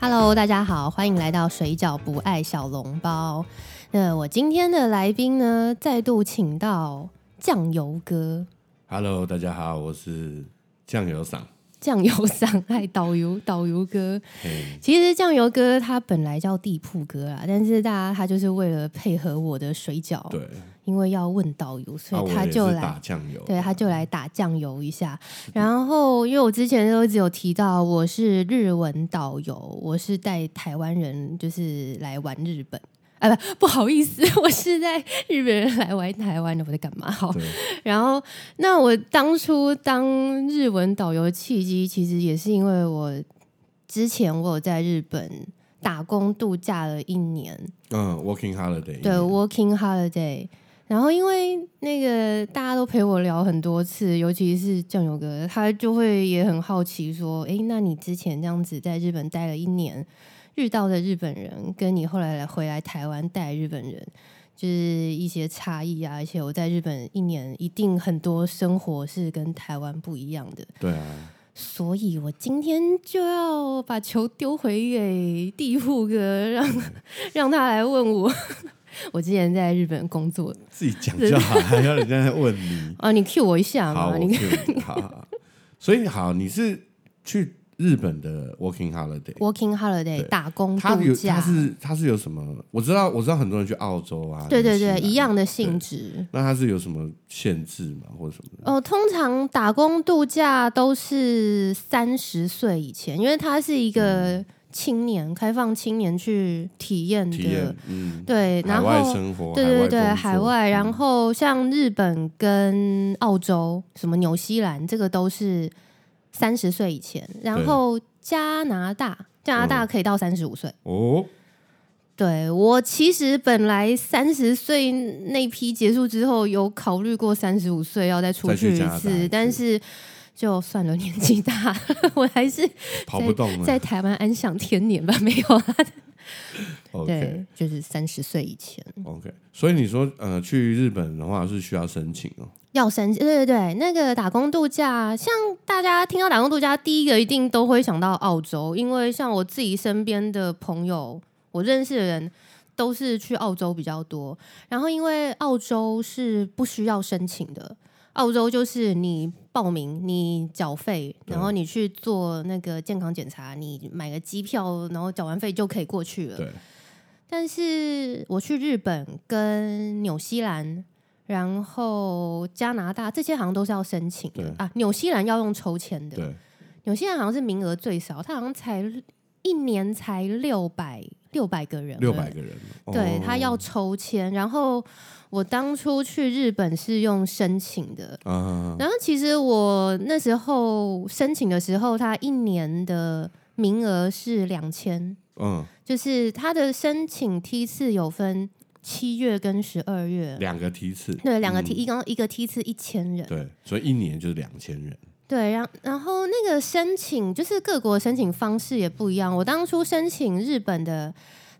Hello，大家好，欢迎来到水饺不爱小笼包。那我今天的来宾呢，再度请到酱油哥， Hello，大家好，我是酱油嗓。酱油上海导游导游哥。嘿，其实酱油哥他本来叫地铺哥啊，但是大家他就是为了配合我的水饺，对，因为要问导游，哦所啊，我以他也就是来打酱油，对，他就来打酱油一下。然后，因为我之前都一直有提到，我是日文导游，我是带台湾人就是来玩日本。哎，不，不好意思，我是带日本人来玩台湾的，我在干嘛？好，对然后那我当初当日文导游的契机，其实也是因为我之前我有在日本打工度假了一年，嗯，Working Holiday，对，Working Holiday。然后因为那个大家都陪我聊很多次，尤其是酱油哥，他就会也很好奇说：“诶，那你之前这样子在日本待了一年，遇到的日本人，跟你后来来回来台湾带日本人，就是一些差异啊。而且我在日本一年，一定很多生活是跟台湾不一样的。对啊，所以我今天就要把球丢回给地户哥，让 让他来问我。 我之前在日本工作自己讲就好， 还要人家来问 你。啊，你 cue 我一下好，嘛，我你去， 好好，好所以好，你是去日本的 Working Holiday， working holiday 对打工他度有他假，是他是有什么？我知道我知道很多人去澳洲啊，对对新西对，兰一。样的性质。那他是有什么限制吗，或者什么的？哦、通常打工度假都是三十岁以前，因为它是一个青年、开放青年去体验嗯体验的，，嗯，对，海然外嗯后生活，对对对，工作海外，然后像日本跟澳洲、什么纽西兰，这个都是三十岁以前。然对嗯后加拿大，加拿大可以到三十五岁。哦，对我其实本来三十岁那批结束之后，有考虑过三十五岁要再出再去一加拿大一次，次但是就算了，年纪大了， 我还是跑不动了，在台湾安享天年吧。没有啦， OK 对，就是三十岁以前。 OK，所以你说呃，去日本的话是需要申请哦。要申请，对对对，那个打工度假，像大家听到打工度假，第一个一定都会想到澳洲，因为像我自己身边的朋友，我认识的人都是去澳洲比较多。然后因为澳洲是不需要申请的，澳洲就是你报名，你缴费，对然后你去做那个健康检查，你买个机票，然后缴完费就可以过去了。对，但是我去日本跟纽西兰，然后加拿大这些好像都是要申请的对啊。纽西兰要用抽签的，对，纽西兰好像是名额最少，它好像才一年才六百六百个人，六百。个人，哦对他要抽签，然后我当初去日本是用申请的，啊，然后其实我那时候申请的时候，它一年的名额是两千，嗯，就是它的申请梯次有分七月跟十二月，嗯两个梯次，对，两个梯，嗯一个一个梯次一千人，对，所以一年就是两千人，对，然然后那个申请就是各国申请方式也不一样。我当初申请日本的，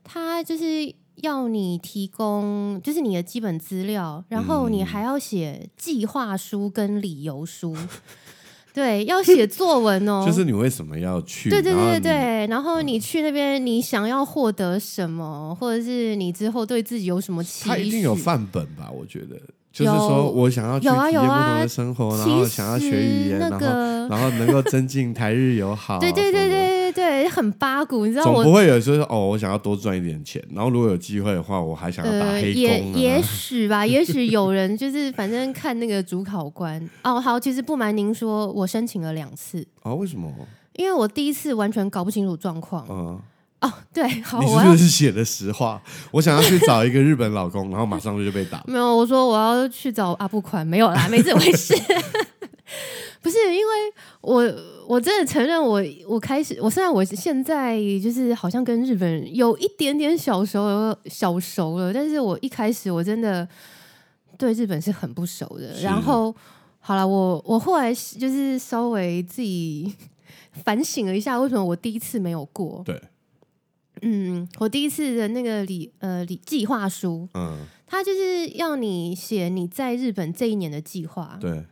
它就是要你提供就是你的基本资料，然后你嗯还要写计划书跟理由书， 对，要写作文哦，就是你为什么要去？对对然后对对你，嗯对，然后你去那边，你想要获得什么，或者是你之后对自己有什么期许？他一定有范本吧？我觉得，就是有说我想要去有啊体有验不啊同的生活，然其后实想要学语言，那然后个，然后能够增进台日友好，对对对什么的。对对对，很八股，你知道总我不会有就是哦，我想要多赚一点钱，然后如果有机会的话，我还想要打呃，黑也工啊。也许吧，也许 有人就是反正看那个主考官哦。好，其实不瞒您说，我申请了两次，啊，为什么？因为我第一次完全搞不清楚状况。嗯，哦，对，好，你我是要不是写的实话？我想要去找一个日本老公，然后马上就被打。没有，我说我要去找阿布宽，没有啦，没这回事。 不是因为我，我真的承认我，我开始，我虽然我现在就是好像跟日本人有一点点小熟了小熟了，但是我一开始我真的对日本是很不熟的。是然后好了，我我后来就是稍微自己反省了一下，为什么我第一次没有过？对，嗯，我第一次的那个理呃理计划书，嗯，他就是要你写你在日本这一年的计划。对，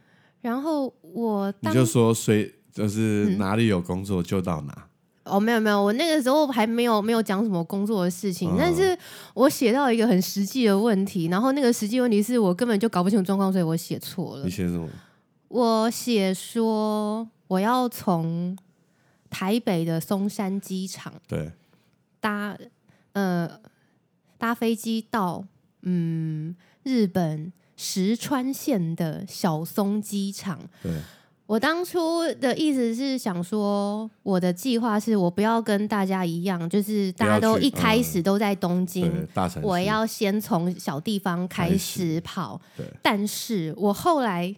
然后我你当嗯就说随就是哪里有工作就到哪，哦，没有没有，我那个时候还没有没有讲什么工作的事情，嗯但是我写到一个很实际的问题，然后那个实际问题是我根本就搞不清楚状况，所以我写错了你。写什么？我写说我要从台北的松山机场对，搭呃搭飞机到嗯日本石川县的小松机场。对，我当初的意思是想说，我的计划是我不要跟大家一样，就是大家不要都去嗯一开始都在东京，对，大城市，我要先从小地方开开始跑对。但是我后来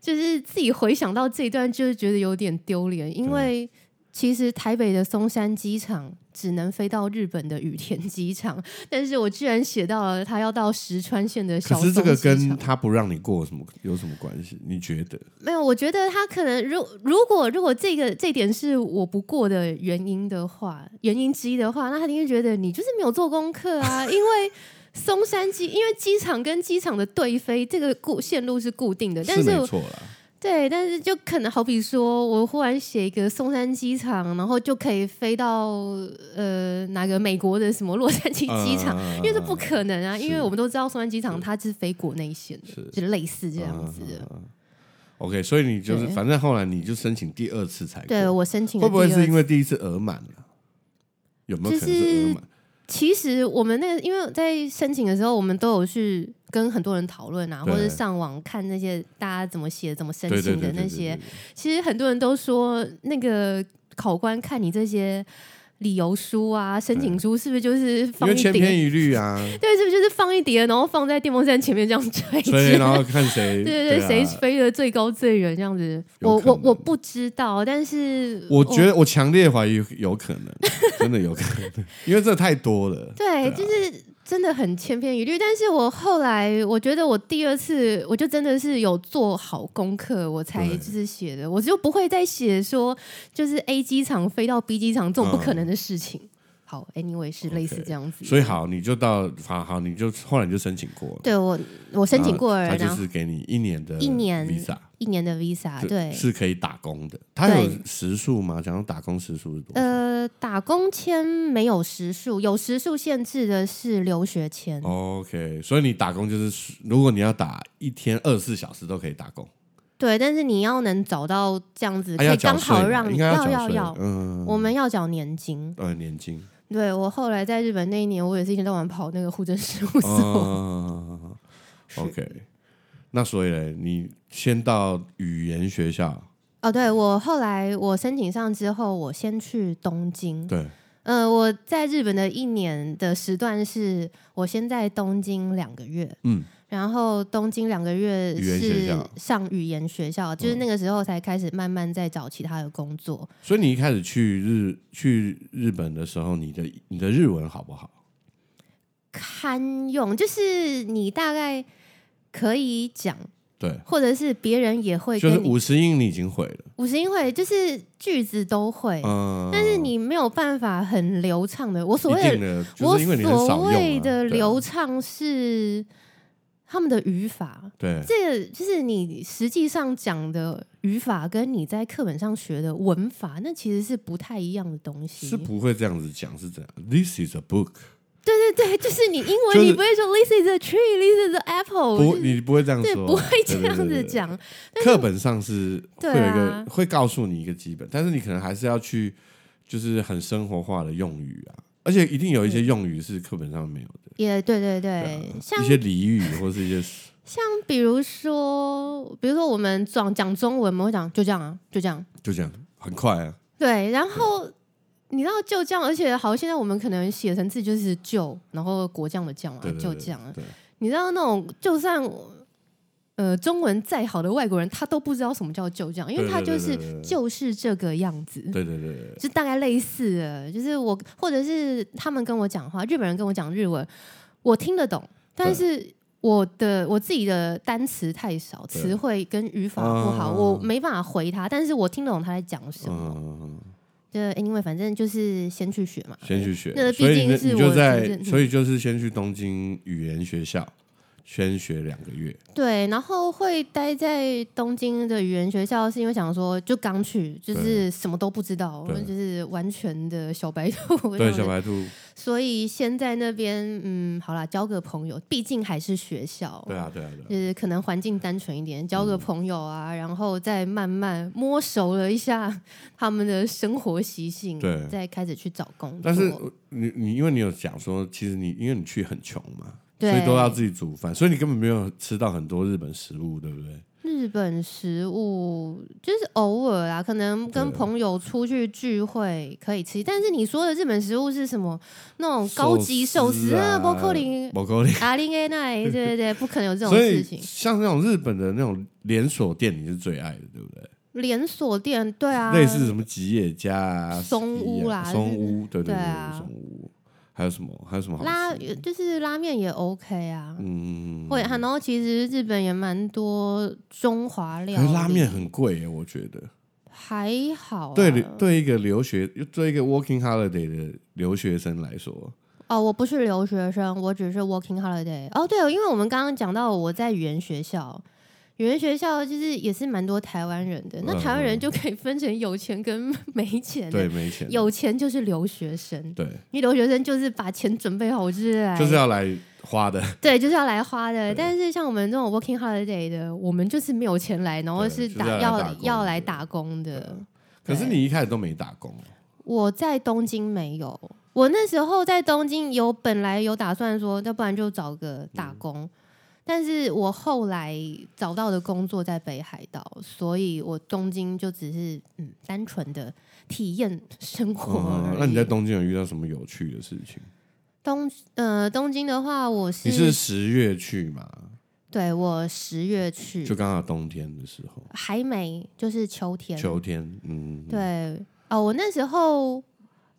就是自己回想到这一段，就是觉得有点丢脸，因为其实台北的松山机场只能飞到日本的羽田机场，但是我居然写到了他要到石川县的可小松是机这场。个跟他不让你过有什么有什么关系？你觉得？没有，我觉得他可能如如果如果这个这点是我不过的原因的话，原因之一的话，那他一定会觉得你就是没有做功课啊，因 为。松山机，因为机场跟机场的对飞这个固线路是固定的，但是是没我错啦，对，但是就可能好比说，我忽然写一个松山机场，然后就可以飞到呃哪个美国的什么洛杉矶机场，嗯因为这不可能啊，是因为我们都知道松山机场它是飞国内线的，是啊就类似这样子的。 OK，所以你就是对反正后来你就申请第二次才过对我申请了会不会第二是因为第一次额满了？有没有可能是额满？其实我们那个，因为在申请的时候，我们都有去跟很多人讨论啊，对或者上网看那些大家怎么写、怎么申对请对对的对那对些对。其实很多人都说，那个考官看你这些理由书啊、申请书，是不是就是因放为一千篇叠？一 律啊，对，是不是就是放一叠，然后放在电风扇前面这样吹？所以然后看谁 对对对，啊谁飞得最高最远这样子？有我可我能我不知道，但是我觉得我强烈怀疑有可能，啊真的有可能， 因为这太多了。对，对啊就是真的很千篇一律。但是我后来我觉得我第二次我就真的是有做好功课，我才对就是写的，我就不会再写说就是 A 机场飞到 B 机场这种不可能的事情。好，anyway 是类似嗯 OK，这样子。所以，好，你就到好好，你就后来你就申请过了，对我我申请过然了，后啊他然后就是给你一年的一年 visa，一年的 visa 就对。是可以打工的。他对有时数吗？讲打工时数是多少？呃，打工签没有时数，有时数限制的是留学签。哦 OK，所以你打工就是，如果你要打一天二十四小时都可以打工，对，但是你要能找到这样子，啊可要以缴刚税好嘛让应你该要缴税，要，嗯，我们要缴年金。呃年 金，对我后来在日本那一年，我也是一天到晚跑那个户政事务所。哦 OK，那所以嘞，你先到语言学校， 哦，对我后来我申请上之后，我先去东京。对，呃，我在日本的一年的时段是，我先在东京两个月，嗯，然后东京两个月语言学是校嗯上语言学校，就是那个时候才开始慢慢在找其他的工作。所以你一开始去日去日本的时候，你的你的日文好不好？堪用就是你大概可以讲，对，或者是别人也会就是跟你五十音你已经会了，五十音会，就是句子都会，嗯，但是你没有办法很流畅的。我所一谓定的、的，就我是因为你很少所用、啊、谓的对啊流畅是他们的语法，对这个就是你实际上讲的语法跟你在课本上学的文法，那其实是不太一样的东西。是不会这样子讲，是这样。This is a book，对对对，就是你英文、就是你不会说 this is a tree, this is an apple，不，就是你不会这 样对说，啊不会这样对子。对对对讲。课本上是会对有一个、啊会告诉你一个基本，但是你可能还是要去就是很生活化的用语啊，而且一定有一些用语是课本上没有的，也对对对对啊，像一些俚语或是一些像比如说，比如说我们讲讲中文，我们会讲就这样啊，就这样。就这样很快啊，对，然后你知道就这样，而且好，现在我们可能写成字就是就，然后果酱的酱啊对，对就对这样啊。对。你知道那种就算呃中文再好的外国人，他都不知道什么叫就这样，因为对他对就对是对对对就是这个样子。对对 对对，就大概类似的，就是我或者是他们跟我讲话，日本人跟我讲日文，我听得懂，但是我的我自己的单词太少，对词汇跟语法不好，嗯我没办法回他，但是我听得懂他在讲什么。嗯，就因为反正就是先去学嘛，先去学那，毕所以竟呢是你就我在真，正所以就是先去东京语言学校，先学两个月，对，然后会待在东京的语言学校，是因为想说就刚去，就是什么都不知道，我们对就是完全的小白兔。对小，白兔，所以先在那边，嗯，好啦，交个朋友，毕竟还是学校。对啊对嗯啊就对啊，是可能环境单纯一点，交个朋友啊，然后再慢慢摸熟了一下 他们的生活习性，对再开始去找工作。但是你你因为你有讲说，其实你因为你去很穷嘛，所对以都要自己煮饭，所以你根本没有吃到很多日本食物，对不对？日本食物就是偶尔啊，可能跟对朋友出去聚会可以吃，但是你说的日本食物是什么？那种高级寿司啊，包括林包括林，阿林 A 奈，对对对，不可能有这种所事以情。像那种日本的那种连锁店，你是最爱的，对不对？连锁店，对啊，类似什么吉野家啊、松屋吉野啦松屋，对对对啊松屋，还有什么？还有什么好拉呃吃？就是拉面也 OK 啊，嗯，会、然后其实日本也蛮多中华料可理，是嗯哎拉面很贵耶，我觉得。还好、啊，对对，一个留学对一个 working holiday 的留学生来说，哦，我不是留学生，我只是 working holiday。哦，对哦，因为我们刚刚讲到我在语言学校，语言学校就是也是蛮多台湾人的，那嗯台湾人嗯就可以分成有钱跟没钱的。对没钱，有钱就是留学生，对，因为留学生就是把钱准备好，我就是来，就是要来花的，对，就是要来花的。对但是像我们这种 working holiday 的，我们就是没有钱来，然后对是就是打要来打要工要的来打工的。可是对你一开始都没打工，啊我在东京没有，我那时候在东京有本来有打算说，要不然就找个打嗯工，但是我后来找到的工作在北海道，所以我东京就只是嗯单纯的体验生活而嗯已、那你在东京有遇到什么有趣的事情？东呃东京的话，我是你是十月去嘛？对我十月去就，刚好冬天的时候，还没就是秋天，秋天，嗯，对哦，我那时候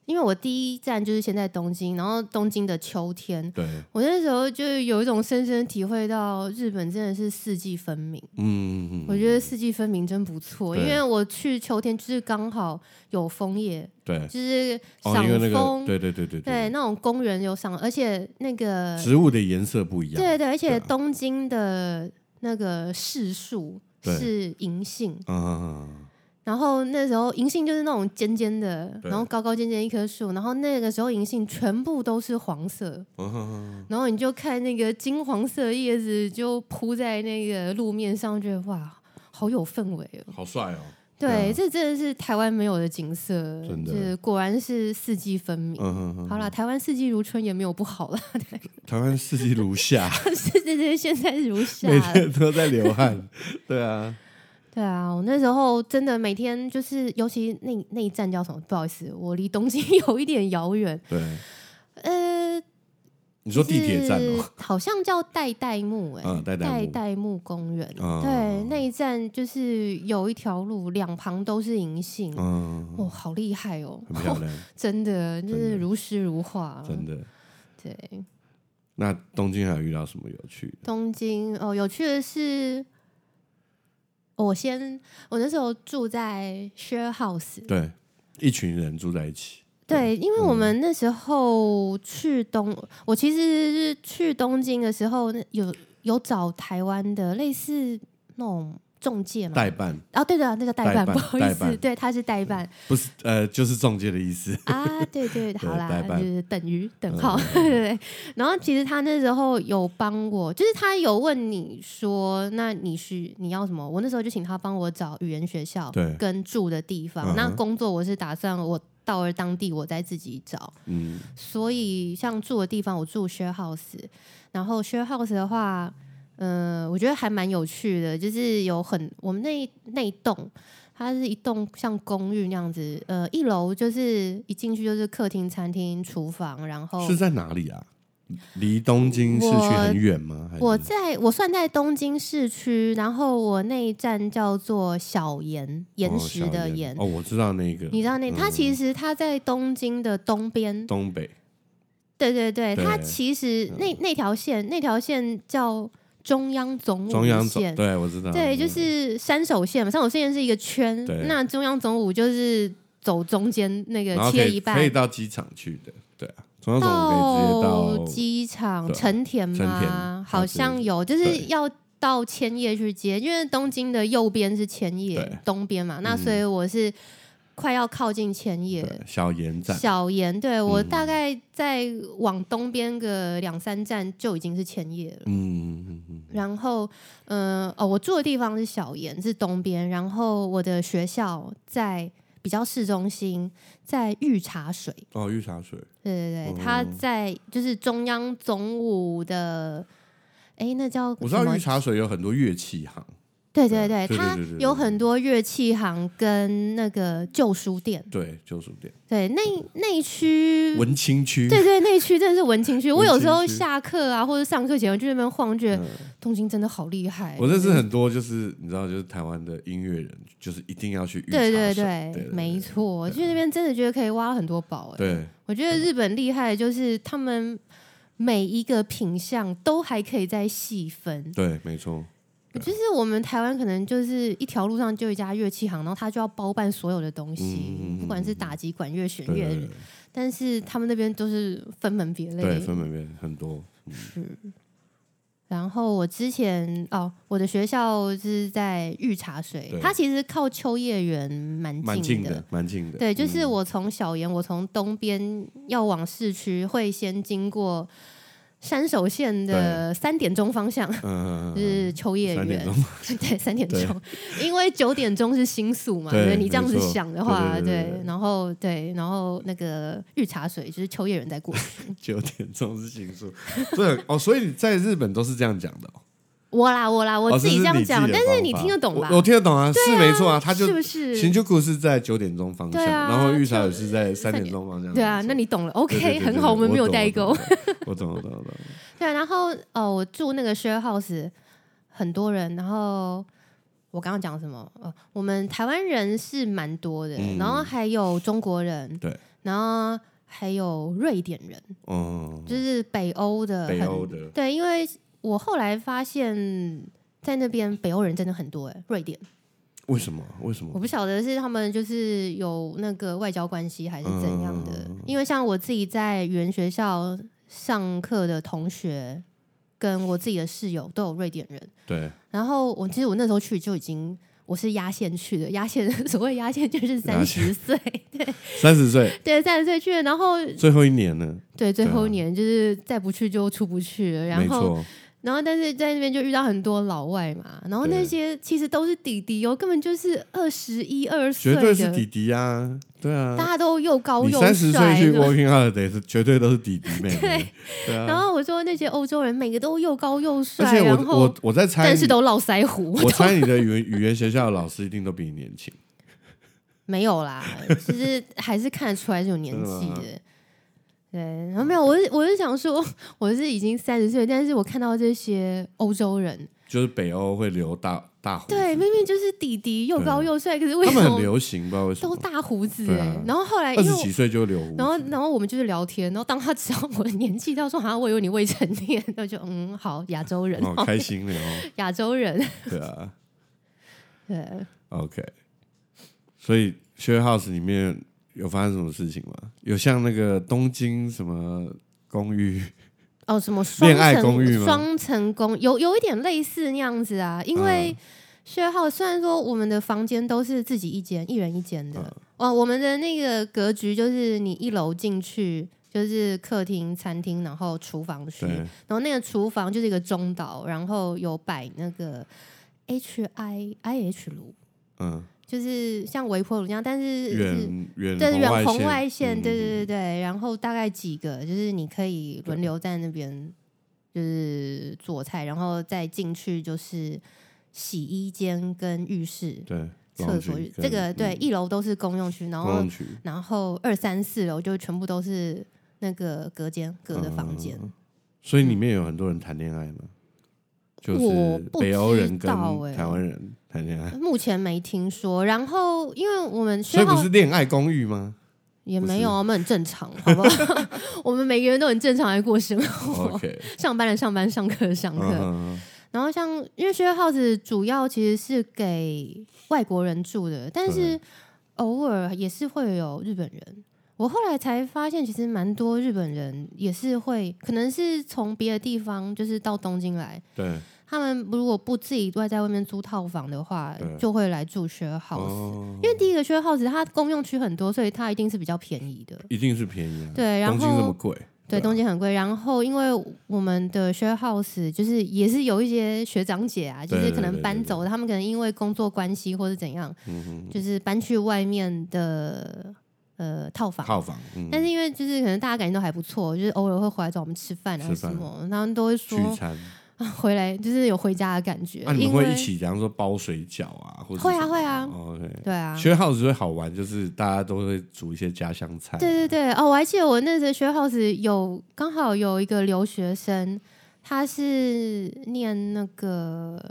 因为我第一站就是先在东京，然后东京的秋天。对，嗯我那时候就有一种深深体会到，日本真的是四季分明。嗯，我觉得四季分明真不错，对因为我去秋天就是刚好有枫叶，对，就是赏哦，因为那枫，个，对对对对对，那种公园有赏，而且那个植物的颜色不一样，对对，而对且啊东京的那个市树对是银杏，啊，然后那时候银杏就是那种尖尖的，对然后高高尖尖一棵树，然后那个时候银杏全部都是黄色，嗯然后你就看那个金黄色的叶子就铺在那个路面上，觉得哇，好有氛围哦。好帅哦，对，对啊这真的是台湾没有的景色，真的就是果然是四季分明。嗯哼哼，好啦，台湾四季如春也没有不好啦， 台湾四季如夏， 是对对，现在如夏每了。天都在 流汗，对啊，对啊，我那时候真的每天就是，尤其那那一站叫什么？不好意思，我离东京 有一点遥远。对，呃，你说地铁站就是哦，好像叫代代木哎、嗯代代木代木公园。嗯对，那一站就是有一条路，两旁都是银杏，嗯，哦，好厉害哦，很漂亮， 真的就真是的如诗如画。真的。对，那东京还有遇到什么有趣的？东京哦，有趣的是。我先，我那时候住在 share house，对，一群人住在一起，对，嗯因为我们那时候去东，我其实是去东京的时候，那有有找台湾的类似那种中介嘛。代办哦，对的，那个代代办，办不好代意思，办对，他是代办不是呃，就是中介的意思。啊，对对，好啦代，就办是等嗯于等号， 对对对。然后其实他那时候有帮我，就是他有问你说，那你需你要什么？我那时候就请他帮我找语言学校对跟住的地嗯方，哼那工作我是打算我到了当地我再自己找。嗯，所以像住的地方，我住 share house，然后 share house 的话，嗯，我觉得还蛮有趣的，就是有很我们那一那一栋，它是一栋像公寓那样子，呃，一楼就是一进去就是客厅、餐厅、厨房，然后是在哪里啊？离东京市区很远吗？还是我在我算在东京市区，然后我那一站叫做小岩，岩石的哦小岩。哦，我知道那个，你知道那它其实实它在东京的东边，东北对对对，对嗯它其实那那条线，那条线叫中央总中央武总，线。对我知道，对，嗯就是山手线嘛，山手线是一个圈对，那中央总武就是走中间那个然后可切以一可以半。到机场去的，对啊，从那种可以直接机场对啊成田吗？成田好像有，就是对要到千叶去接，因为东京的右边是千叶对，东边嘛，那嗯所以我是快要靠近千叶。到对小岩站，小岩，对我嗯大概在往东边个两三站就已经是千叶了。嗯嗯嗯嗯，然后，嗯、哦，我住的地方是小岩，是东边。然后我的学校在比较市中心，在御茶水。哦，御茶水，对对哦对，他在就是中央总舞的，哎，那叫我知什道么御茶水有很多乐器行，对对对，对对对他对对有很多乐器行跟那个旧书店，对，旧书店对那那一区。文青区，嗯对对，那一区真的是文青区。我文青有时候区下课啊，或者上课前，我去那边晃，觉得嗯东京真的好厉害。我认识很多，就是你知道，就是台湾的音乐人，就是一定要去御茶对对水，对对，没错，去那边真的觉得可以挖很多宝。哎，对，我觉得日本厉害的就是他们每一个品相都还可以再细分。对，没错，就是我们台湾可能就是一条路上就一家乐器行，然后他就要包办所有的东西，嗯嗯嗯嗯不管是打击、管乐、弦对乐，对对但是他们那边都是分门别类。对，分门别类很多，然后我之前哦，我的学校是在御茶水对，它其实靠秋叶原蛮近蛮近的，蛮近的，对，就是嗯我从小岩，我从东边要往市区，会先经过山手线的三点钟方向，嗯，嗯 嗯就嗯是秋叶三点原钟。，对，三点对钟，因为九点钟是新宿嘛，对对你这样子没错想的话，对对对对对然后对，然后那个御茶水就是秋叶原在过去。嗯九点钟是新宿，这很哦，所以你在日本都是这样讲的哦、我啦，我啦，哦。我自己这样讲，这但是是你方听法得懂吧？我我听得懂啊，是没错啊，他就是不新是？宿库是在九点钟方向，对啊然后御茶也是在三点钟方向。对啊，没错那你懂了对对，OK，对很对好，对我们没有懂代沟。。我懂，我 懂，我懂。对，然后哦，我住那个 share house，很多人，然后。我刚刚讲什么？呃，我们台湾人是蛮多的，嗯然后还有中国人，对，然后还有瑞典人，哦，就是北欧的，北欧很的对，因为我后来发现，在那边北欧人真的很多哎、瑞典，为什么？为什我么？不晓得是他们就是有那个外交关系还是怎样的，嗯因为像我自己在语言学校上课的同学，跟我自己的室友都有瑞典人，对，然后我其实我那时候去就已经。我是压线去的，压线 所谓压线就是压三十线岁， 三十岁对，三十岁去的，然后最后一年呢？对最对啊后一年就是再不去就出不去了，然没后错，然后，但是在那边就遇到很多老外嘛，然后那对些其实都是弟弟哦，根本就是二十一二岁绝的，对是弟弟啊，对啊大。家都又高你又三十岁帅去什么。 Working Holiday 是绝对都是弟弟妹妹，对啊。然后我说那些欧洲人每个都又高又而帅，且然我后我我在猜但你是都络腮胡，我猜你的语言语言学校的老师一定都比你年轻，没有啦，其实还是看得出来是有年纪真的吗的。对，然后没有，我是我是想说， 我是已经三十岁，但是我看到这些欧洲人，就是北欧会留大大胡子，对，明明就是弟弟又高又帅，可是为他什们很么流行，不知道为什都么，大胡子对哎、啊然后后来因为二十我几岁就留胡子然，后，然后我们就是聊天，然后当他知道我的年纪，他说：“好像我以为你未成年。”他就嗯，好，亚洲人，好开心了哦，亚洲人，对啊对， ，OK，所以 share house 里面有发生什么事情吗？有像那个东京什么公寓，哦，什么双恋爱层公寓吗双层公有有一点类似那样子啊，因为嗯薛浩、虽然说我们的房间都是自己一间，一人一间的，嗯哦，我们的那个格局就是你一楼进去。就是客厅、餐厅，然后厨房区，对然，后那个厨房就是一个中岛，然后有摆那个 H I I H 炉，嗯，就是像微波炉一样，但是是远远对远红外外线，嗯对对对对，然后大概几个，就是你可以轮流在那边就是做菜，然后再进去就是洗衣间跟浴室、嗯对，厕所，这个对一楼都是公用区，然嗯公后共区然后二三四楼就全部都是那个隔间隔的房间，嗯所以里面有很多人谈恋爱吗？就我是不北欧人知跟道欸台湾人谈恋爱，目前没听说。然后因为我们所以学不号是恋爱公寓吗也不没是有啊，我们很正常，好不好？ 我们每个人都很正常来过生活。 ？OK，上班的上班，上课的上哦 嗯课。哼然后像因为 share house 主要其实是给外国人住的，但是偶尔也是会有日本人。我后来才发现，其实蛮多日本人也是会，可能是从别的地方就是到东京来，对，他们如果不自己外在外面租套房的话对，就会来住 share house。哦，因为第一个 share house 它公用区很多，所以它一定是比较便宜的。一定是便宜啊，对然东京这后么贵，对，啊东京很贵。然后因为我们的 share house 就是也是有一些学长姐啊，就对是对可能对搬对走，他们可能因为工作关系或是怎样，嗯哼，就是搬去外面的呃套房。套房，嗯，但是因为就是可能大家感情都还不错，就是偶尔会回来找我们吃饭啊吃什饭么，他们都会聚说餐， 回来就是有回家的感觉。那你因们为会一起，比方说包水饺啊，或者会啊什么会啊哦，OK。对啊，学 house 最好玩就是大家都会煮一些家乡菜，啊对对对，哦，我还记得我那时候学 house 有刚好有一个留学生，他是念那个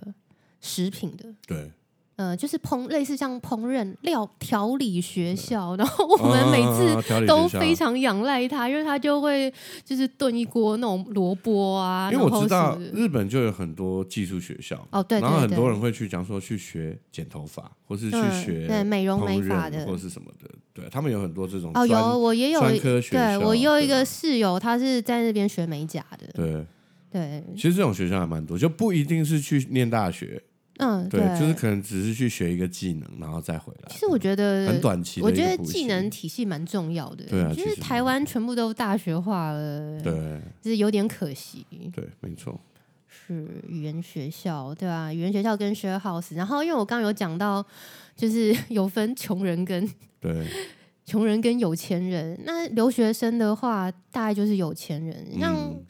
食品的。对，呃，就是烹类似像烹饪料调理学校， 然后我们每次哦调理都学校非常仰赖他，因为他就会就是炖一锅那种萝卜啊，因为我知然道后什么的日本就有很多技术学校，哦对对然后很多对人会去讲说去学剪头发，或是去嗯学对美容烹美饪发的或是什么的，对他们有很多这种哦，专有我也有专一科学对校，我有一对个啊室友，他是在那边学美甲的，对，对，其实这种学校还蛮多，就不一定是去念大学，嗯，对，就是可能只是去学一个技能，然后再回来其，实我觉得啊很短期的我一个觉得补习技能体系蛮重要的，对啊就其是实台湾全部都大学化了，对就是有点可惜。对，没错，是语言学校，对啊，语言学校跟 share house。然后因为我刚刚有讲到，就是 有分穷人跟对，穷人跟有钱人。那留学生的话，大概就是有钱人，像、嗯，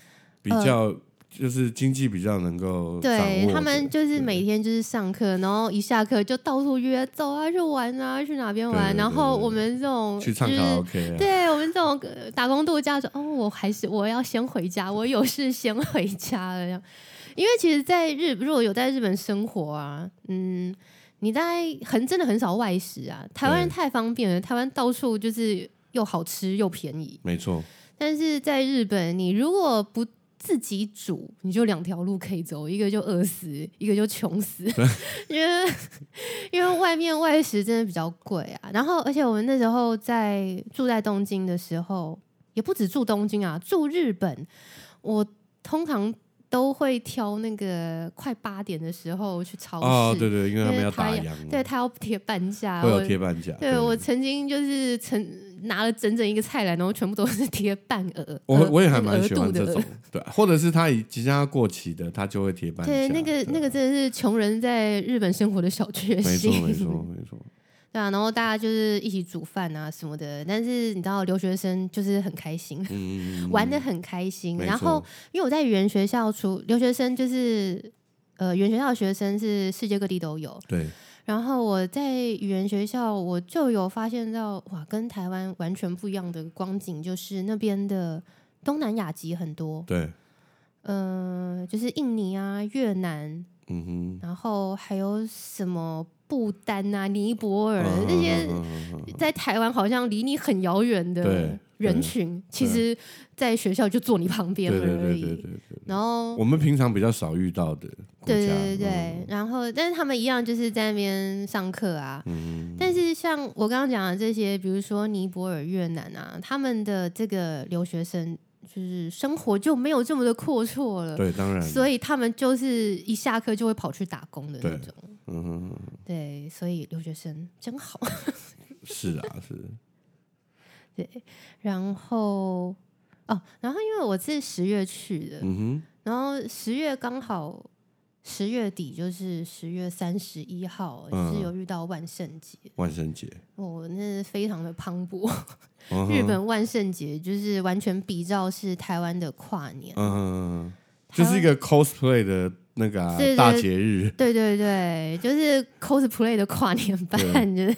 比较就是经济比较能够掌对握他们的就是对每天就是上课，然后一下课就到处约走啊，去玩啊，去哪边玩。对对然后对我们这种去就唱卡是拉 OK 啊，对我们这种呃打工度假说，哦，我还是我要先回家，我有事先回家了。这样因为其实，在日如果有在日本生活啊，嗯，你在很真的很少外食啊。台湾人对太方便了，台湾到处就是又好吃又便宜。没错，但是在日本，你如果不自己煮，你就两条路可以走，一个就饿死，一个就穷 死，因为 因为外面外食真的比较贵啊。然后，而且我们那时候在住在东京的时候，也不止住东京啊，住日本，我通常都会挑那个快八点的时候去超市，哦，对对，因为因他们为要他打也烊，对，他要贴半价，会我有贴半价，对我曾经就是曾拿了整整一个菜篮，然后全部都是 贴半额，我额我也还那个蛮额喜度欢的这额种，对，或者是他已即将要过期的，他就会贴半价。对，那个那个真的是穷人在日本生活的小确没错幸，没错没错， 对啊，然后大家就是一起煮饭啊什么的，但是你知道留学生就是很开心，嗯，嗯嗯玩的很开心。没然错后因为我在语言学校出留学生就是呃语言学校的学生是世界各地都有，对然后我在语言学校，我就有发现到哇，跟台湾完全不一样的光景，就是那边的东南亚籍很多，对，嗯、就是印尼啊、越南，嗯哼，然后还有什么不丹啊、尼泊尔嗯这些，嗯嗯嗯嗯在台湾好像离你很遥远的对人对群，其实在学校就坐你旁边对对而对对已。对对，然后我们平常比较少遇到的国对家，嗯对对对，然后但是他们一样就是在那边上课啊。嗯但是像我刚刚讲的这些，比如说尼泊尔、越南啊，他们的这个留学生就是生活就没有这么的阔绰嗯了，对，当然，所以他们就是一下课就会跑去打工的那对种。嗯哼，嗯对，所以留学生真好。 是啊是，然后哦，然后因为我是十月去的，嗯然后十月刚好十月底就是十月三十一号，也是嗯有遇到万圣节，哼，万圣节，哦，那非常的磅礴。嗯日哼，本万圣节就是完全比照是台湾的跨年，嗯哼，嗯哼台就湾是一个 cosplay 的那个啊对对大节日，对对对，就是 cosplay 的跨年版，啊就是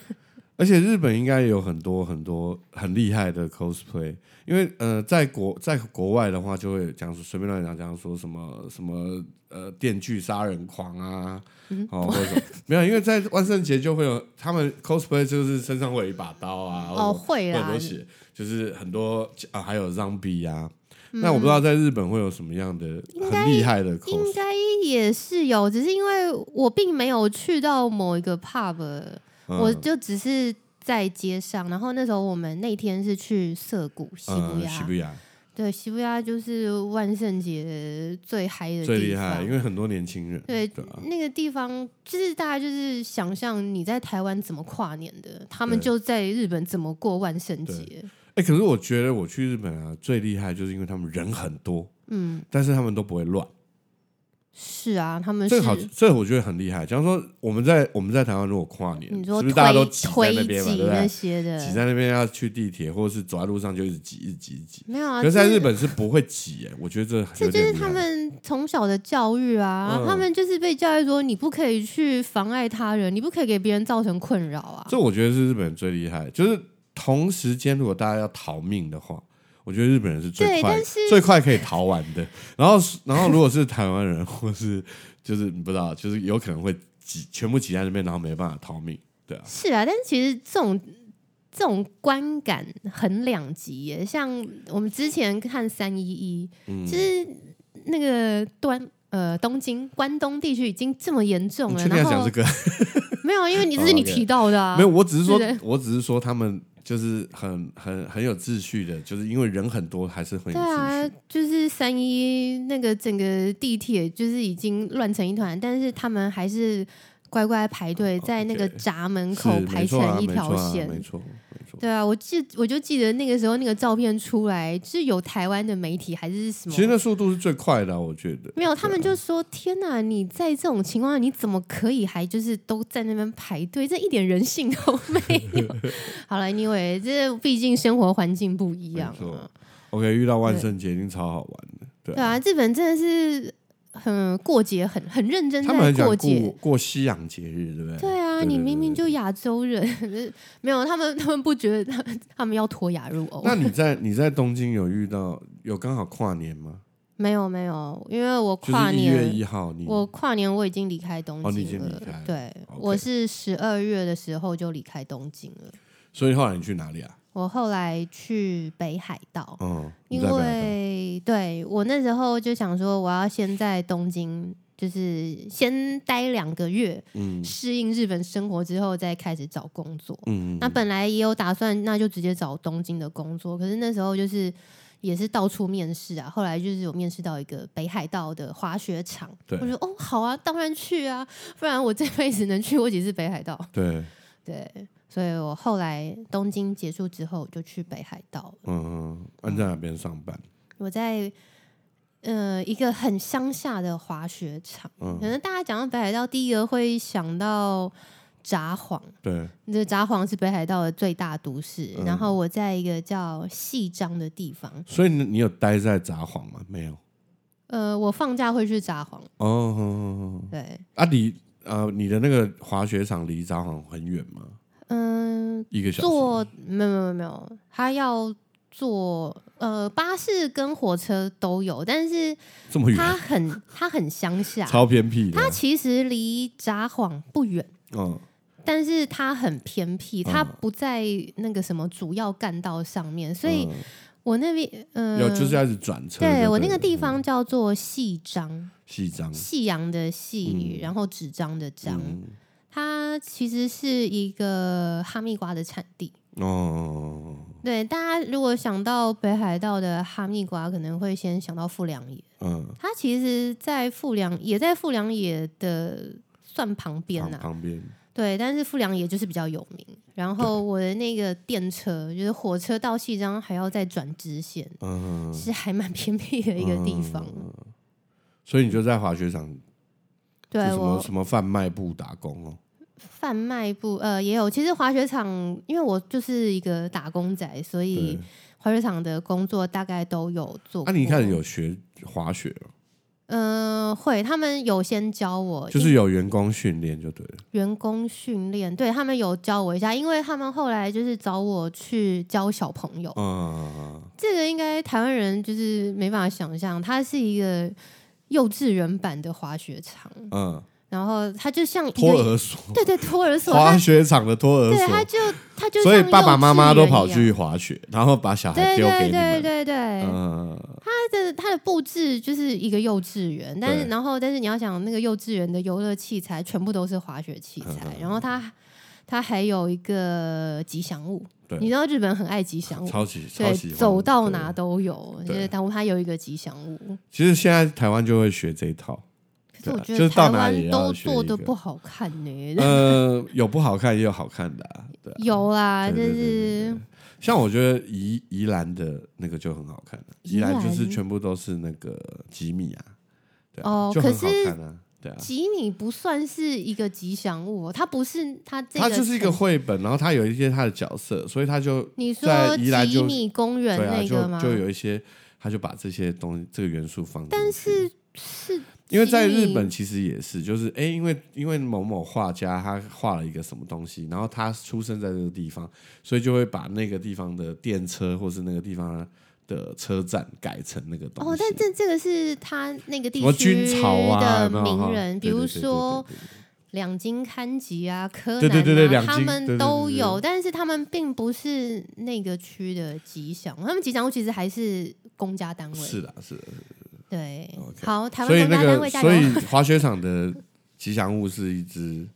而且日本应该也有很多很多很厉害的 cosplay，因为呃，在国在国外的话，就会讲说随便乱讲讲说什么什么呃电锯杀人狂啊，嗯哦，或者什么没有，因为在万圣节就会有他们 cosplay 就是身上会有一把刀啊，哦或会者会有很啦多，血，就是很多啊，还有 zombie 啊。那我不知道在日本会有什么样的嗯该很厉害的 cos，应该也是有，只是因为我并没有去到某一个 pub，、嗯我就只是。在街上，然后那时候我们那天是去涩谷西嗯布，西亚，伯亚对，西布亚就是万圣节最嗨啊的地方，最厉害，因为很多年轻人，对对啊，那个地方就是大家就是想象你在台湾怎么跨年的，他们对就在日本怎么过万圣节。哎、可是我觉得我去日本啊，最厉害就是因为他们人很多，嗯，但是他们都不会乱。是啊，他们这是个好，这个我觉得很厉害。假如说我们在我们在台湾如果跨年，你说是不推是大家都挤在推那边嘛，挤对不那对？些挤的，在那边要去地铁，或者是走在路上就一直挤，一直挤，一直挤。没有啊？可是在这日，本是不会挤耶，我觉得这这就有点是厉他害们从小的教育啊，嗯他们就是被教育说你不可以去妨碍他人，你不可以给别人造成困扰啊。这我觉得是日本人最厉害，就是同时间如果大家要逃命的话，我觉得日本人是最对快但是最快可以逃完的。 然后是，然后如果是台湾人，或是就是你不知道，就是有可能会挤全部挤在那边，然后没办法逃命。对啊，是啊，但是其实这种这种观感很两极耶。像我们之前看三一一，嗯其实那个端呃东京关东地区已经这么严重你了，确定要然讲后这个？没有，啊因为你这哦是你，OK 提到的啊，没有，我只是说对不，我只是说他们就是很很很有秩序的，就是因为人很多，还是很有对秩啊序。，就是三一那个整个地铁就是已经乱成一团，但是他们还是乖乖排队在那个哦 OK 闸门是口排没错啊成一条线，没错、啊，没错，没错。对啊，我记我就记得那个时候那个照片出来，是有台湾的媒体还是什么？其实那速度是最快的啊、我觉得。没有，他们就说：“天哪，你在这种情况下，你怎么可以还就是都在那边排队？这一点人性都没 有。”好了，因为这毕竟生活环境不一样没啊错。OK，遇到万圣节一定超好玩的，对对啊，日本真的是很过节很很认真他们很在想过过节。过西洋节日，对不对？对啊，对对你对明明对就亚洲人，没有他们，他们不觉得他们他们要脱亚入欧。那你在你在东京有遇到有刚好跨年吗？没有没有，因为我就跨是一年月一号，你我跨年我已经离开东京了，嗯哦你已经离开了对 OK 我是十二月的时候就离开东京了。所以后来你去哪里啊？我后来去北海道，嗯，你因在北海道为对我那时候就想说，我要先在东京，就是先待两个月，嗯适应日本生活之后，再开始找工作。嗯，那本来也有打算，那就直接找东京的工作，可是那时候就是也是到处面试啊。后来就是有面试到一个北海道的滑雪场，对我说哦好啊，当然去啊，不然我这辈子能去过几次北海道？对，对，所以我后来东京结束之后我就去北海道了。嗯，按在哪边上班？我在呃一个很乡下的滑雪场，嗯可能大家讲到北海道，第一个会想到札幌。对，这札幌是北海道的最大都市，嗯然后我在一个叫细章的地方，所以你你有待在札幌吗？没有。呃，我放假会去札幌，哦哦哦，哦对，啊，你呃，你的那个滑雪场离札幌很远吗？嗯，一个小时？坐没有没有没有，他要坐呃巴士跟火车都有，但是这么远，它很它很乡下，超偏僻的。它其实离札幌不远。嗯，但是它很偏僻，它嗯不在那个什么主要干道上面，所以嗯我那边嗯，有就是要一直转车就对了。嗯对我那个地方叫做细章，西藏，细阳的细，然后纸张的张，嗯它其实是一个哈密瓜的产地。哦哦，对，大家如果想到北海道的哈密瓜，可能会先想到富良野。哦哦它其实，在富良也在富良野的算旁嗯，边啊旁呐、旁边，对，但是富良野就是比较有名。然后我的那个电车，就是火车到细章还要再转支线，嗯，是还蛮偏僻的一个地方。所以你就在滑雪场，就对什么我什么贩卖部打工哦。贩卖部呃也有，其实滑雪场，因为我就是一个打工仔，所以对，滑雪场的工作大概都有做过。那你一开始有学滑雪哦吗，嗯、会，他们有先教我，就是有员工训练就对了。员工训练，对他们有教我一下，因为他们后来就是找我去教小朋友，嗯，这个应该台湾人就是没办法想象，它是一个幼稚园版的滑雪场，嗯，然后它就像一托个，儿所， 对对，托儿所，滑它雪场的托儿对，它所，就它就所以像爸爸幼妈稚妈都园一跑样去滑雪，然后把小孩对丢给对你对们。对对，嗯，它的它的布置就是一个幼稚园，但是对嗯然后但是你要想那个幼稚园的游乐器材全部都是滑雪器材，然后它它还有一个吉祥物。对你知道日本很爱吉祥物，超级超对喜，欢，走到对哪都有。对就是它它有一个吉祥物，其实现在台湾就会学这 一套，可是对我啊觉就得是到台哪里湾也都要学做一的个不好看呢、呃，有不好看也有好看的、啊，对啊、有啦，对就对对对是对像我觉得宜宜兰的那个就很好看、啊，宜宜兰就是兰全部都是那个吉米啊，对啊，哦就很可好是看啊，对啊，吉米不算是一个吉祥物、哦，它不是它这个它就是一个城绘本，然后它有一些它的角色，所以它就你在说宜兰吉就米公园对啊，那个吗？就就有一些，它就把这些东西这个元素放进去，但是是因为在吉日米本其实也是，就是哎、诶因为因为某某画家他画了一个什么东西，然后他出生在这个地方，所以就会把那个地方的电车或是那个地方的车站改成那个东西。哦，但这这个是他那个地什么军区曹啊的有没有名哈人，比对对如对对说对对对两津勘吉啊、柯对南对对对啊，两他津对们对都对对有，但是他们并不是那个区的吉祥，他们吉祥物其实还是公家单位。是的，是的。对 OK 好，台湾所以公那家单位个，加所以油。 滑雪场的吉祥物是一只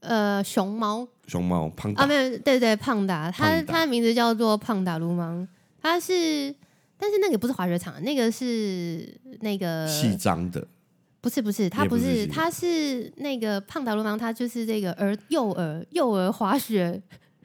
呃，熊猫熊猫胖啊，达没有，对对，胖达，它胖达它的名字叫做胖达鲁芒，它是，但是那个不是滑雪场，那个是那个细张的，不是不是，他也不不是是，西他是那个胖达罗芒，他就是这个儿幼儿幼儿滑雪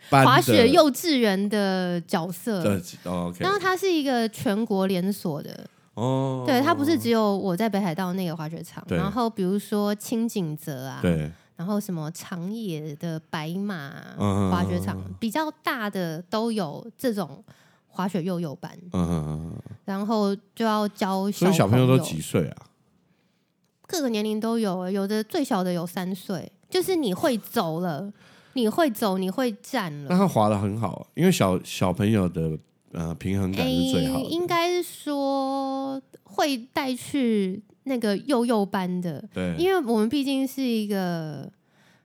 斑滑雪的幼稚园的角色的。哦 OK 然后它是一个全国连锁的，哦，对，它不是只有我在北海道那个滑雪场，对然后比如说清景泽啊，对然后什么长野的白马嗯滑雪场，比较大的都有这种滑雪幼幼班，嗯嗯嗯，嗯然后就要教所以小朋友友都几岁啊？各个年龄都有欸，有的最小的有三岁，就是你会走了，你会走，你会站那了。它滑的很好，因为小小朋友的呃平衡感是最好的。哎应该是说会带去那个幼幼班的，对因为我们毕竟是一个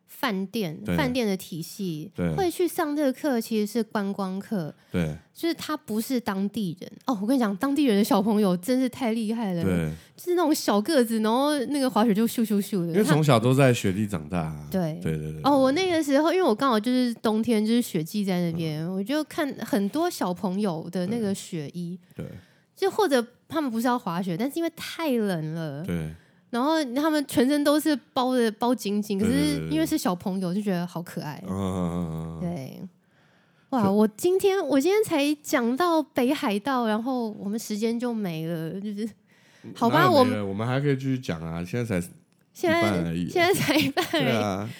饭店，对饭店的体系对会去上这个课，其实是观光课，对就是他不是当地人哦。我跟你讲，当地人的小朋友真是太厉害了，对，就是那种小个子，然后那个滑雪就咻咻咻的，因为他从小都在雪地长大啊。对对对对，哦，我那个时候，因为我刚好就是冬天，就是雪季在那边，我就看很多小朋友的那个雪衣，嗯对就或者他们不是要滑雪，但是因为太冷了，对然后他们全身都是包的包紧紧，可对对对是对对因为是小朋友，就觉得好可爱。嗯嗯嗯嗯嗯，对，哇！我今天我今天才讲到北海道，然后我们时间就没了，就是嗯好吧哪有我没们了我们还可以继续讲啊，现在才现一在半而已啊现在才一半而对已。啊，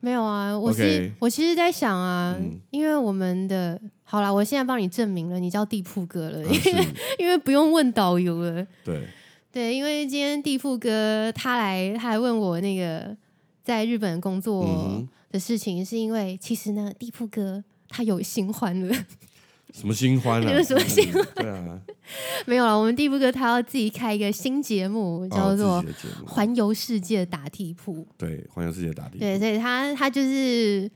没有啊，我是 OK 我其实在想啊，嗯因为我们的好啦，我现在帮你证明了，你叫地铺哥了，啊是 因为不用问导游了。对对，因为今天地铺哥他来，他还问我那个在日本工作嗯的事情，是因为其实呢，地铺哥他有新欢了，什么新欢你啊？们 什么新欢？对啊，没有了。我们地铺哥他要自己开一个新节目， 叫哦做自己的节《目环游世界打地铺》。对环游世界大地，对，所以他他就是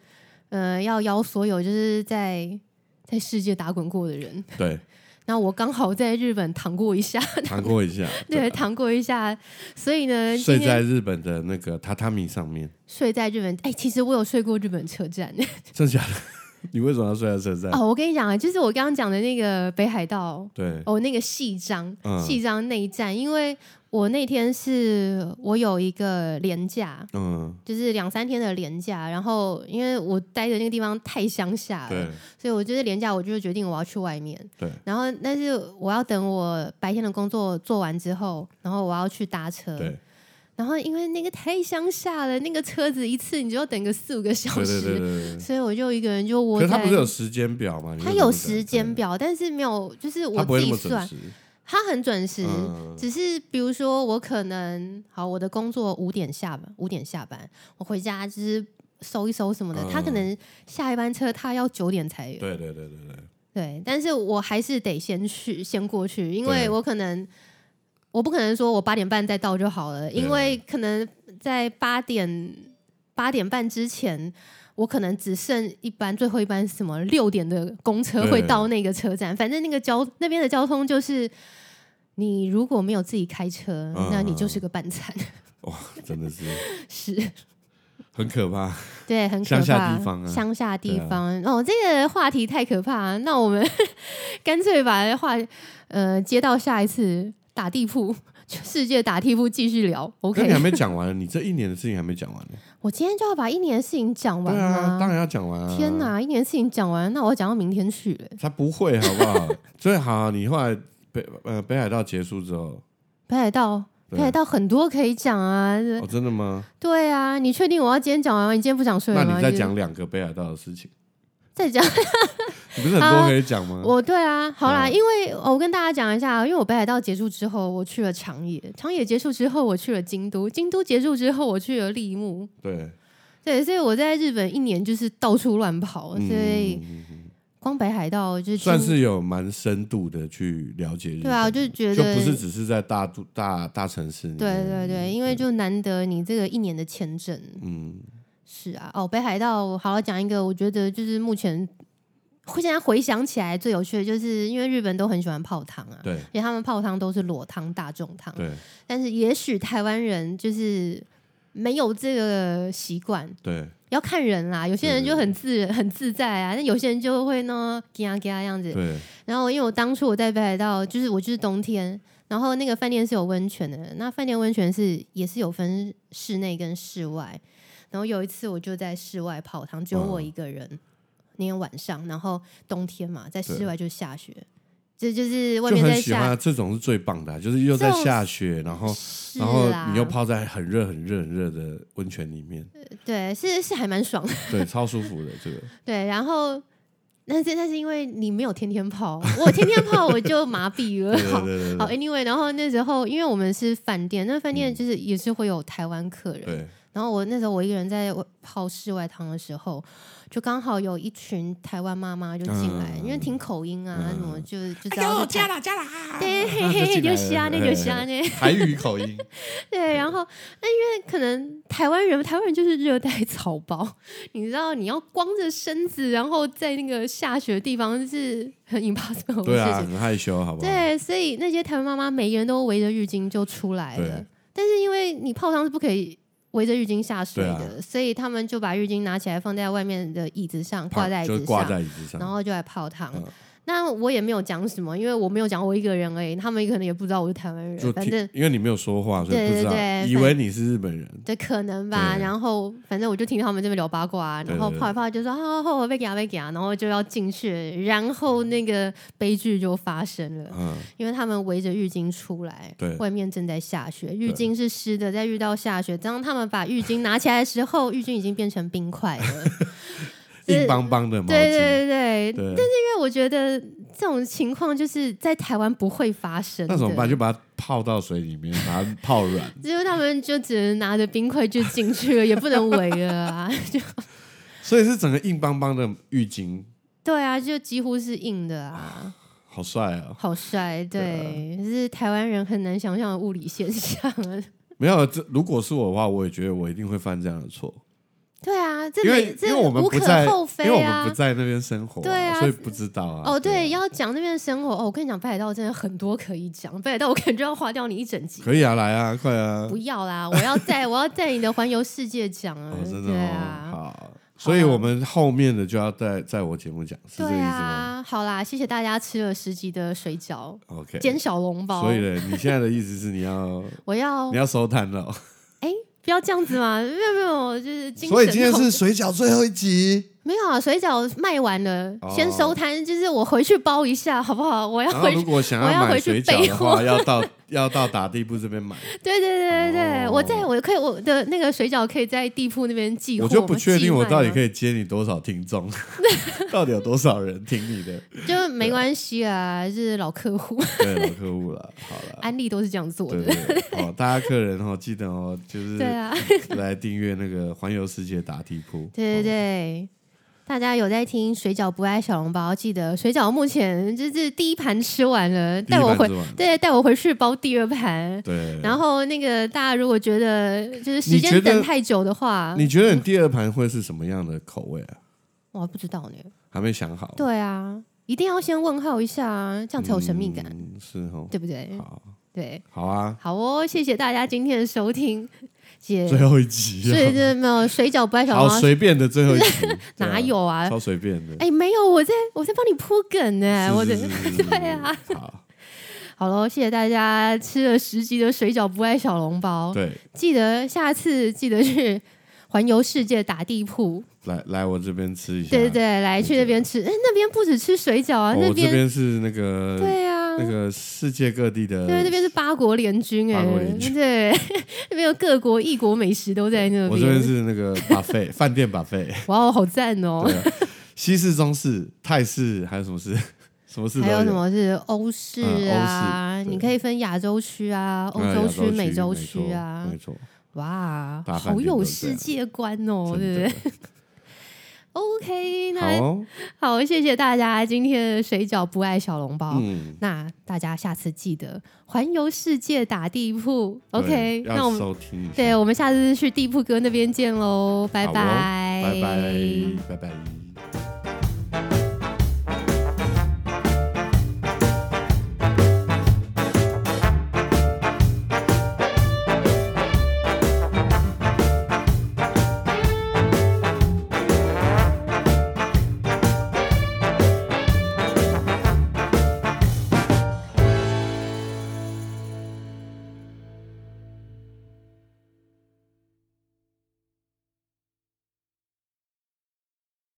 呃，要邀所有就是在在世界打滚过的人。 对，那我刚好在日本躺过一 下，谈过一下，对，躺过一下，所以呢，今睡在天日本的那个榻榻米上面，睡在日本。哎、其实我有睡过日本车站真的假 的？你为什么要睡在车站？ 哦。我跟你讲啊，就是我刚刚讲的那个北海道对，哦，那个细章嗯细章那一站，因为我那天是我有一个廉价。嗯，就是两三天的廉价，然后因为我待的那个地方太乡下了对，所以我就是廉价，我就决定我要去外面。对，然后，但是我要等我白天的工作做完之后，然后我要去搭车。对，然后因为那个太乡下了，那个车子一次你就要等个四五个小对时，对对对对。所以我就一个人就可窝是在。他不是有时间表吗？你它会怎么有等时间，表，但是没有，就是对我他不自会那己么准算，时。它很准时。嗯只是比如说，我可能好，我的工作五点下班，五点下班，我回家就是收一收什么的。他可嗯能下一班车他要九点才有，对对对对对，对，但是我还是得先去，先过去，因为对我可能我不可能说我八点半再到就好了，因对为可能在八点八点半之前，我可能只剩一班最后一班什么六点的公车对会到那个车站，反正那个交那边的交通就是。你如果没有嗯 自己开车，那你就是个半残。哇，真的是是，很可怕。对，很可怕。乡下地方啊乡下地对啊方哦，这个话题太可怕 了。那我们干脆把话呃接到下一次打地铺， 世界打地铺继续聊。那你还 OK，没讲完，你这一年的事情还没讲完呢。我今天就要把一年的事情讲完对啊，当然要讲完啊。啊天！哪，一年的事情讲完，那我要讲到明天去了。才不会好不好？ 所以好，啊你后来北呃北海道结束之后，北海道，对北海道很多可以讲啊。哦，真的吗？对啊，你确定我要今天讲完吗？你今天不想睡那了吗？你再啊就讲两个北海道的事情，再讲。你不是很多可以讲吗？啊我对啊，好啦，对因为哦我跟大家讲一下，因为我北海道结束之后，我去了长野，长野结束之后，我去了京都，京都结束之后，我去了立木。对，对，所以我在日本一年就是到处乱跑，嗯所以嗯嗯嗯光北海道就是算京是有蛮深度的去了解日本。对啊，我就觉就得不是只是在大都大大城市里面。对对对，因为就难得你这个一年的签证嗯，是啊，哦，北海道好好讲一个，我觉得就是目前现在回想起来最有趣的，就是因为日本都很喜欢泡汤啊，对而且他们泡汤都是裸汤、大众汤，对但是也许台湾人就是没有这个习惯，对要看人啦。有些人就很自很自在啊，那有些人就会呢，给啊给啊样子。对，然后因为我当初我在北海道，就是我就是冬天，然后那个饭店是有温泉的，那饭店温泉是也是有分室内跟室外。然后有一次我就在室外泡汤，只有嗯我一个人。那天晚上，然后冬天嘛，在室对外就下雪，这就是外就面在很喜下欢这种是最棒的啊，就是又在下雪，然后是啊然后啦你又泡在很热很热很热的温泉里面，对，是是还蛮爽的。对，超舒服的 这个。对，然后但是那是因为你没有天天泡，我天天泡我就麻痹了。对对对好对，anyway，然后那时候因为我们是饭店，那饭店就是也是会有台湾客人。对对，然后我那时候我一个人在泡室外汤的时候，就刚好有一群台湾妈妈就进来，嗯因为听口音啊、嗯什么，就就知哎道呦，是加台。啦加啦， 对，嘿嘿嘿，啊进来就了瞎那嘿就嘿瞎那，台语 口音，对，然后那因为可能台湾人，台湾人就是热带草包， 你知道，你要光着身子，然后在那个下雪的地方是很 impossible 对的事啊，情。很害羞，好不好？对，所以那些台湾妈妈每个人都围着浴巾就出来了对，但是因为你泡汤是不可以围着浴巾下水对啊的，所以他们就把浴巾拿起来放在外面的椅子上，怕挂在椅就是子挂上，在椅子上，然后就来泡汤。嗯那我也没有讲什么，因为我没有讲我一个人而已，他们可能也不知道我是台湾就人，反正听，因为你没有说话，所以对不知道对对，以为你是日本人，对，可能吧。对然后反正我就听他们这边聊八卦、啊，对然后对对泡一泡就说啊，我被给啊被给啊，然后就要进去，然后那个悲剧就发生了，嗯，因为他们围着浴巾出来对，外面正在下雪，浴巾是湿的，在遇到下雪，当他们把浴巾拿起来的时候，浴巾已经变成冰块了。硬邦邦的毛对巾，对对对，因对，为我觉得这种情况就是在台湾不会发生的。那怎么办？就把它泡到水里面，把它泡软。就是他们就只能拿着冰块就进去了，也不能围了啊， 就所以是整个硬邦邦的浴巾，对啊，就几乎是硬的 啊，好帅啊！好帅，对，对啊是台湾人很难想象的物理现象 啊。没有，这如果是我的话，我也觉得我一定会犯这样的错，对啊，这因没为这因为我们无不可在，厚因非为我们啊不。在那边生活，对啊所以不知道啊。哦，对，啊，要讲那边的生活哦，我跟你讲，北海道真的很多可以讲，北海道我感觉要花掉你一整集。可以啊，来啊，快 啊不！要啦，我要 在我要在你的环游世界讲啊，哦，真的对哦，啊，好，所以我们后面的就要在在我节目讲，是这个意对思吗啊，好啦，谢谢大家吃了十集的水饺？OK，煎小笼包，所以呢，你现在的意思是你 要我要你要收摊了哦，哎，不要这样子嘛，没有没有，就是精神所以今天痛是水饺最后一集，没有啊，水饺卖完了，哦先收摊，就是我回去包一下，好不好？我 要然后回如去，果想我要买回去水饺备的货话，要到要到打地铺这边买。 对对对对对，哦我在我可以我的那个水饺可以在地铺那边寄货，我就不确定我到底可以，以接你多少听众， 到底有多少人听你的？就没关系啊，就是老客 户对，老客户了，好了，安利都是这样做对的，对对，哦，大家客人哦，记得哦，就是对啊，来订阅那个环游世界答题铺，哦对对对。大家有在听水饺不爱小笼包，记得水饺目前就是第一盘吃完了，第一带我盘回吃完，对带我回去包第二盘。对。然后那个大家如果觉得就是时你觉间得等太久的话，你觉得你第二盘会是什么样的口味啊？我还不知道呢。还没想好，对啊，一定要先问候一下啊，这样才有神秘感，嗯，是哦，对不对？好，对，好啊，好哦，谢谢大家今天的收听。姐，最后一集所以啊，这没有水饺不爱小好黄瓜，，随便的最后一集啊哪有对啊？啊？超随便的，哎，没有，我在我在帮你铺梗呢，我是的是是是 是对啊。好，好喽，谢谢大家吃了十集的水饺不爱小笼包，对，记得下次记得去环游世界打地铺，来来我这边吃一下，对对对，来去啊对那边吃，哎，那边不止吃水饺啊，哦那我这边是那个对啊，那个世界各地的，对，那边是八国联军哎、呃八国联军对， 那边有各国异国美食都在那我这边边。是那个 buffet 饭店 buffet，哇哦，好赞哦对！啊，西式、中式、泰式，还有什么式？ 什么式？还有什？么是欧式啊？嗯欧式嗯对你可以分亚洲区啊、欧嗯洲亚区、美美洲区啊没。错，哇，大好饭店都这样有世界观哦，对真不的对？OK，好那哦，好，谢谢大家今天的水饺不爱小笼包。嗯那大家下次记得环游世界打地铺。对 OK，要那我们收听一下，哦对，我们下次去地铺哥那边见喽，拜好哦拜，拜拜，拜拜。